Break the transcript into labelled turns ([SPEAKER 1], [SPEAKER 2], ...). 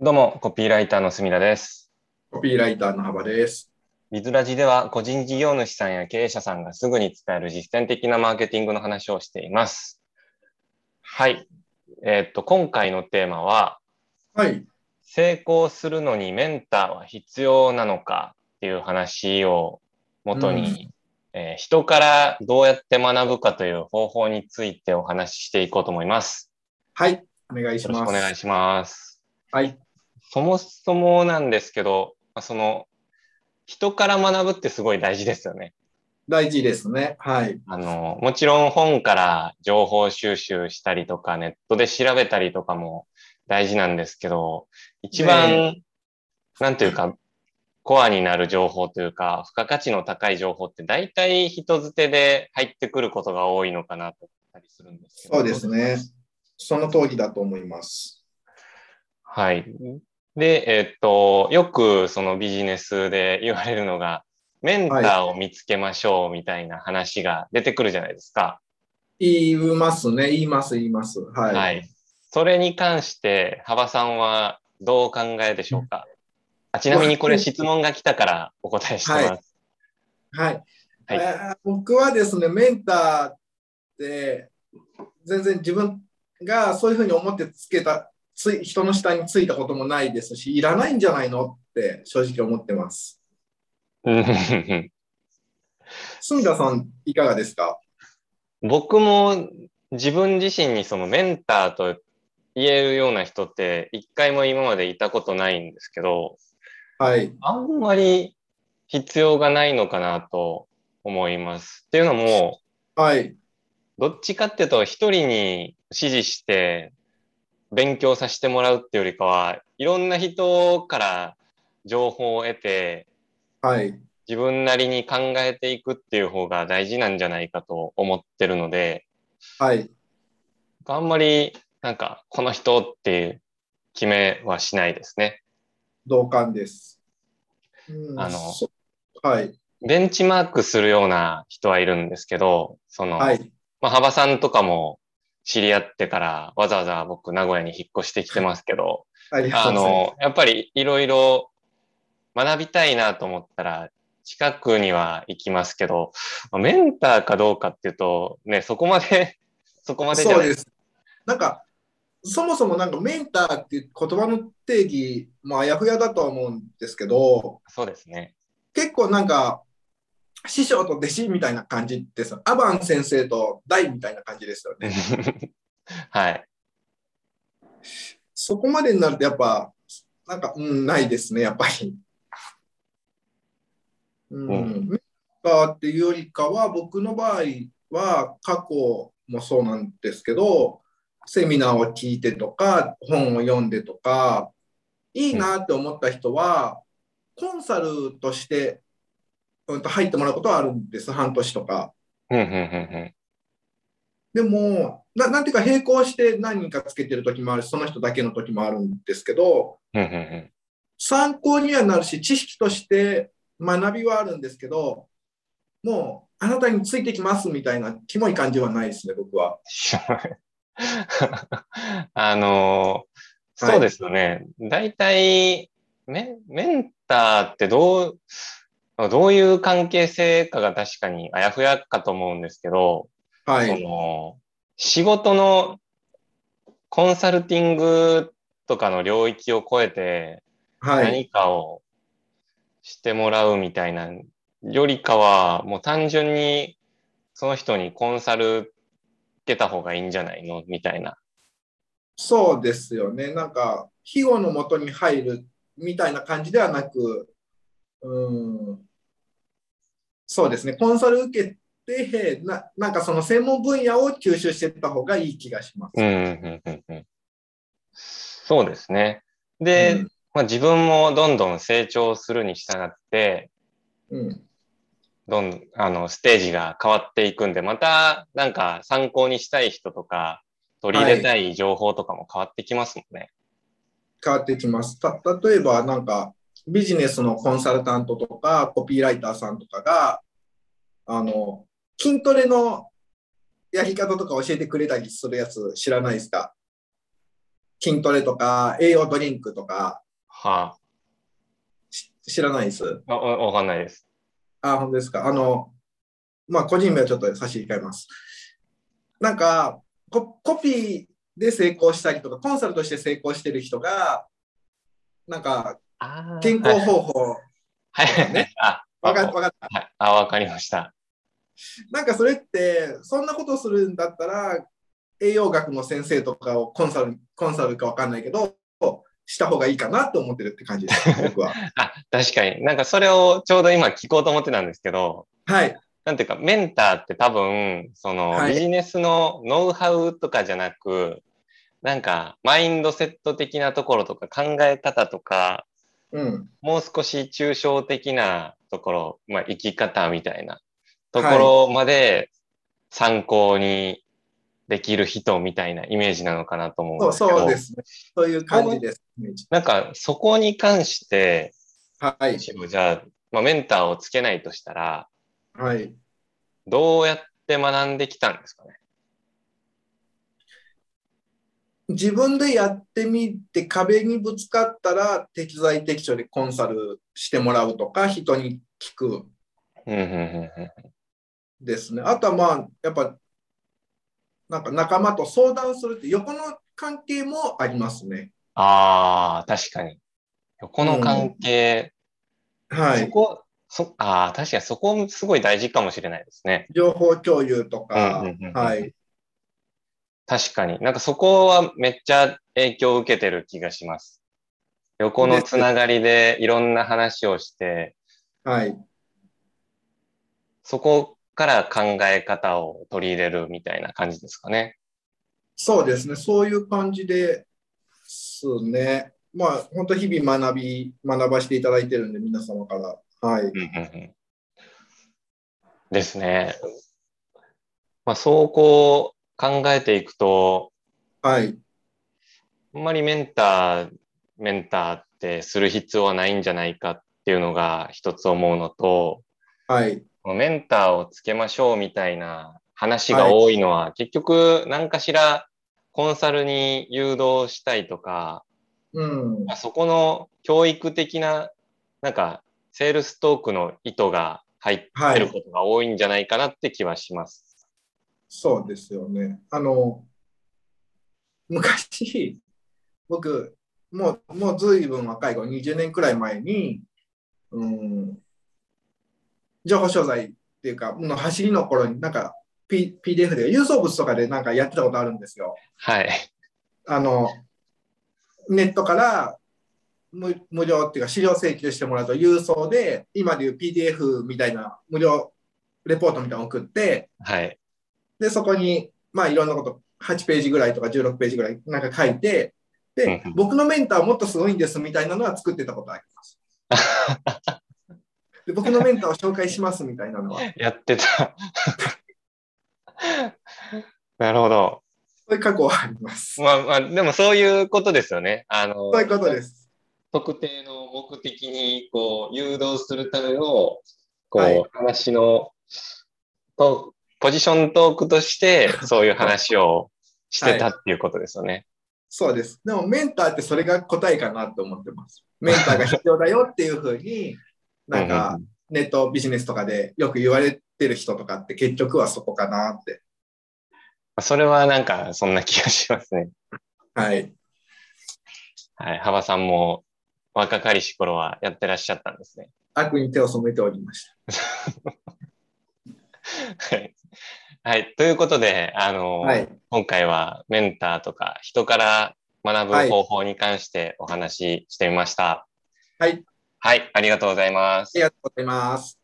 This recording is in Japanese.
[SPEAKER 1] どうも、コピーライターのすみらです。
[SPEAKER 2] コピーライターの幅です。
[SPEAKER 1] ビズラジでは、個人事業主さんや経営者さんがすぐに伝える実践的なマーケティングの話をしています。はい。えーっと、今回のテーマは、
[SPEAKER 2] はい。
[SPEAKER 1] 成功するのにメンターは必要なのかっていう話を元に、えー人からどうやって学ぶかという方法についてお話ししていこうと思います。
[SPEAKER 2] はい。お願いし
[SPEAKER 1] よ
[SPEAKER 2] ま
[SPEAKER 1] ろ
[SPEAKER 2] す。
[SPEAKER 1] しくお願いします。
[SPEAKER 2] はい。
[SPEAKER 1] そもそもなんですけど、まあその、人から学ぶってすごい大事ですよね。
[SPEAKER 2] 大事ですね。はい。
[SPEAKER 1] あの、もちろん本から情報収集したりとか、ネットで調べたりとかも大事なんですけど、一番、なんというか、コアになる情報というか、付加価値の高い情報って大体人づてで入ってくることが多いのかなと思ったりするんですけど。
[SPEAKER 2] そうですね。その通りだと思います。
[SPEAKER 1] はい。で、えっと、よくそのビジネスで言われるのが、メンターを見つけましょうみたいな話が出てくるじゃないですか。
[SPEAKER 2] 言いますね。言います、言います。は。
[SPEAKER 1] はいい。それに関して、幅さんはどうお考えでしょうか、あちなみにこれ質問が来たからお答えしてます。
[SPEAKER 2] はい
[SPEAKER 1] はい
[SPEAKER 2] えー僕はですね、メンターって、全然自分がそういうふうに思ってつけた、つい人の下についたこともないですし、いらないんじゃないのって正直思ってます。
[SPEAKER 1] うん
[SPEAKER 2] 住田さん、いかがですか
[SPEAKER 1] 僕も自分自身にそのメンターと言えるような人って一回も今までいたことないんですけど、
[SPEAKER 2] はい。
[SPEAKER 1] あんまり必要がないのかなと思います。っていうのも、
[SPEAKER 2] はい。
[SPEAKER 1] どっちかっていうと、一人に指示して勉強させてもらうっていうよりかは、いろんな人から情報を得て、
[SPEAKER 2] はい。
[SPEAKER 1] 自分なりに考えていくっていう方が大事なんじゃないかと思ってるので、
[SPEAKER 2] はい。
[SPEAKER 1] あんまりなんか、この人っていう決めはしないですね。
[SPEAKER 2] 同感です。うん
[SPEAKER 1] あの
[SPEAKER 2] そはい、
[SPEAKER 1] ベンチマークするような人はいるんですけど、その、
[SPEAKER 2] はい、
[SPEAKER 1] まあ、幅さんとかも知り合ってからわざわざ僕名古屋に引っ越してきてますけど、
[SPEAKER 2] ありがと
[SPEAKER 1] あ
[SPEAKER 2] うご ざいます。
[SPEAKER 1] の、やっぱりいろいろ学びたいなと思ったら近くには行きますけど、まあメンターかどうかっていうと、ね、そこまで、 そこまでじゃ
[SPEAKER 2] そう
[SPEAKER 1] ない
[SPEAKER 2] です。なんか、そもそもなんかメンターっていう言葉の定義もあやふやだと思うんですけど、
[SPEAKER 1] そうですね。
[SPEAKER 2] 結構なんか、師匠と弟子みたいな感じです。アバン先生と大みたいな感じですよね。
[SPEAKER 1] はい。
[SPEAKER 2] そこまでになるとやっぱ、なんか、うん、ないですね、やっぱり。うん。
[SPEAKER 1] う
[SPEAKER 2] メンターっていうよりかは、僕の場合は、過去もそうなんですけど、セミナーを聞いてとか、本を読んでとか、いいなって思った人は、コンサルとして、うん、と入ってもらうことはあるんです、半年とか。
[SPEAKER 1] うんうんうん
[SPEAKER 2] でもな、なんていうか、並行して何人かつけてる時もあるし、その人だけの時もあるんですけど、
[SPEAKER 1] うんうんうん
[SPEAKER 2] 参考にはなるし、知識として学びはあるんですけど、もうあなたについてきますみたいな、キモい感じはないですね、僕は。
[SPEAKER 1] うん。 あのー、そうですよね。大体、メン、メンターってどう、どういう関係性かが確かにあやふやかと思うんですけど、
[SPEAKER 2] は
[SPEAKER 1] そ
[SPEAKER 2] い。
[SPEAKER 1] の、仕事のコンサルティングとかの領域を超えて
[SPEAKER 2] はい。
[SPEAKER 1] 何かをしてもらうみたいなよりかは、もう単純にその人にコンサル受けた方がいいんじゃないのみたいな。
[SPEAKER 2] そうですよね。なんか、庇護のもとに入るみたいな感じではなく、うん。そうですね。コンサル受けて、ななんかその専門分野を吸収していった方がいい気がします。
[SPEAKER 1] うんうんうんうんうんそうですね。で、
[SPEAKER 2] うん
[SPEAKER 1] まあ、自分もどんどん成長するに従って、
[SPEAKER 2] うん。
[SPEAKER 1] どんあのステージが変わっていくんで、またなんか参考にしたい人とか、取り入れたい情報とかも変わってきますもんね。
[SPEAKER 2] 変わってきます。た例えばなんかビジネスのコンサルタントとかコピーライターさんとかがあの筋トレのやり方とか教えてくれたりするやつ知らないですか筋トレとか、栄養ドリンクとか、
[SPEAKER 1] は
[SPEAKER 2] 知らないです。
[SPEAKER 1] あ、あわわかんないです。
[SPEAKER 2] あ、本当ですか。あの、まあ、個人名はちょっと差し控えます。なんか、ココピーで成功したりとか、コンサルとして成功してる人が、なんか、
[SPEAKER 1] あー
[SPEAKER 2] 健康方法、
[SPEAKER 1] はい
[SPEAKER 2] とかね。
[SPEAKER 1] あ、
[SPEAKER 2] わ
[SPEAKER 1] わ
[SPEAKER 2] か
[SPEAKER 1] か
[SPEAKER 2] わかった。
[SPEAKER 1] はい。あ、わかりました。
[SPEAKER 2] なんかそれって、そんなことするんだったら、栄養学の先生とかをコンサル、コンサルかわかんないけど、した方がいいかなと思ってるって感じ です、僕は。
[SPEAKER 1] あ、確かに。なんかそれをちょうど今聞こうと思ってたんですけど、
[SPEAKER 2] はい。
[SPEAKER 1] なんていうか、メンターって多分、その、
[SPEAKER 2] はい
[SPEAKER 1] ビジネスのノウハウとかじゃなく、なんか、マインドセット的なところとか考え方とか、
[SPEAKER 2] うん。
[SPEAKER 1] もう少し抽象的なところ、まあ、生き方みたいなところまで参考にできる人みたいなイメージなのかなと思うん
[SPEAKER 2] そう
[SPEAKER 1] ですけど、
[SPEAKER 2] そうですね。そういう感じです。イメージ
[SPEAKER 1] なんか、そこに関して、
[SPEAKER 2] はい。
[SPEAKER 1] じゃあ、まあ、メンターをつけないとしたら、
[SPEAKER 2] はい。
[SPEAKER 1] どうやって学んできたんですかね。
[SPEAKER 2] 自分でやってみて壁にぶつかったら適材適所でコンサルしてもらうとか人に聞く
[SPEAKER 1] うんうんうんうん
[SPEAKER 2] ですねあとはまあやっぱなんか仲間と相談するって横の関係もありますね
[SPEAKER 1] ああ、確かに。横の関係、
[SPEAKER 2] は
[SPEAKER 1] そ
[SPEAKER 2] い
[SPEAKER 1] こ、そああ、確かにそこすごい大事かもしれないですね。
[SPEAKER 2] 情報共有とか、
[SPEAKER 1] うんうんうん
[SPEAKER 2] はい
[SPEAKER 1] 確かに。なんかそこはめっちゃ影響を受けてる気がします。横のつながりでいろんな話をして、
[SPEAKER 2] はい
[SPEAKER 1] そこから考え方を取り入れるみたいな感じですかね。
[SPEAKER 2] そうですねそういう感じですねまあ本当日々学び学ばせていただいてるんで皆様からはい
[SPEAKER 1] うんうんうんですね。まあ、そうこう考えていくと、
[SPEAKER 2] はい
[SPEAKER 1] あんまりメンター、メンターってする必要はないんじゃないかっていうのが一つ思うのと、
[SPEAKER 2] はい
[SPEAKER 1] メンターをつけましょうみたいな話が多いのは、結局何かしらコンサルに誘導したいとか、
[SPEAKER 2] うん
[SPEAKER 1] そこの教育的な、なんかセールストークの意図が入ってることが多いんじゃないかなって気はします。
[SPEAKER 2] そうですよね。あの、昔、僕、もう、もう随分若い頃、20年くらい前に、うん、情報商材っていうか、の走りの頃に、なんか、P、PDF で、郵送物とかでなんかやってたことあるんですよ。
[SPEAKER 1] はい。
[SPEAKER 2] あの、ネットから無無料っていうか、資料請求してもらうと、郵送で、今でいう PDF みたいな、無料レポートみたいなの送って、
[SPEAKER 1] はい。
[SPEAKER 2] で、そこに、まあ、いろんなこと、8ページぐらいとか16ページぐらいなんか書いて、で
[SPEAKER 1] うんうん、
[SPEAKER 2] 僕のメンターはもっとすごいんですみたいなのは作ってたことあります。で、僕のメンターを紹介しますみたいな のは、そ
[SPEAKER 1] やってた。なるほど。
[SPEAKER 2] ういう過去はあります。
[SPEAKER 1] まあまあ、でもそういうことですよね。あの
[SPEAKER 2] そういうことです。
[SPEAKER 1] 特定の目的にこう誘導するためのこう、
[SPEAKER 2] はい
[SPEAKER 1] 話のとポジショントークとしてそういう話をしてたっていうことですよね。
[SPEAKER 2] そうです。でも、メンターってそれが答えかなと思ってます。メンターが必要だよっていうふう に、なん
[SPEAKER 1] う
[SPEAKER 2] か
[SPEAKER 1] ん、
[SPEAKER 2] ネットビジネスとかでよく言われてる人とかって結局はそこかなって。
[SPEAKER 1] それはなんかそんな気がしますね。
[SPEAKER 2] はい。
[SPEAKER 1] はい、幅さんも若かりし頃はやってらっしゃったんですね。
[SPEAKER 2] 悪に手を染めておりました。
[SPEAKER 1] はいはい、ということで、あの
[SPEAKER 2] はい。
[SPEAKER 1] 今回はメンターとか人から学ぶ方法に関してお話ししてみました。
[SPEAKER 2] はい。
[SPEAKER 1] はい、ありがとうございます
[SPEAKER 2] あり。がとうございます。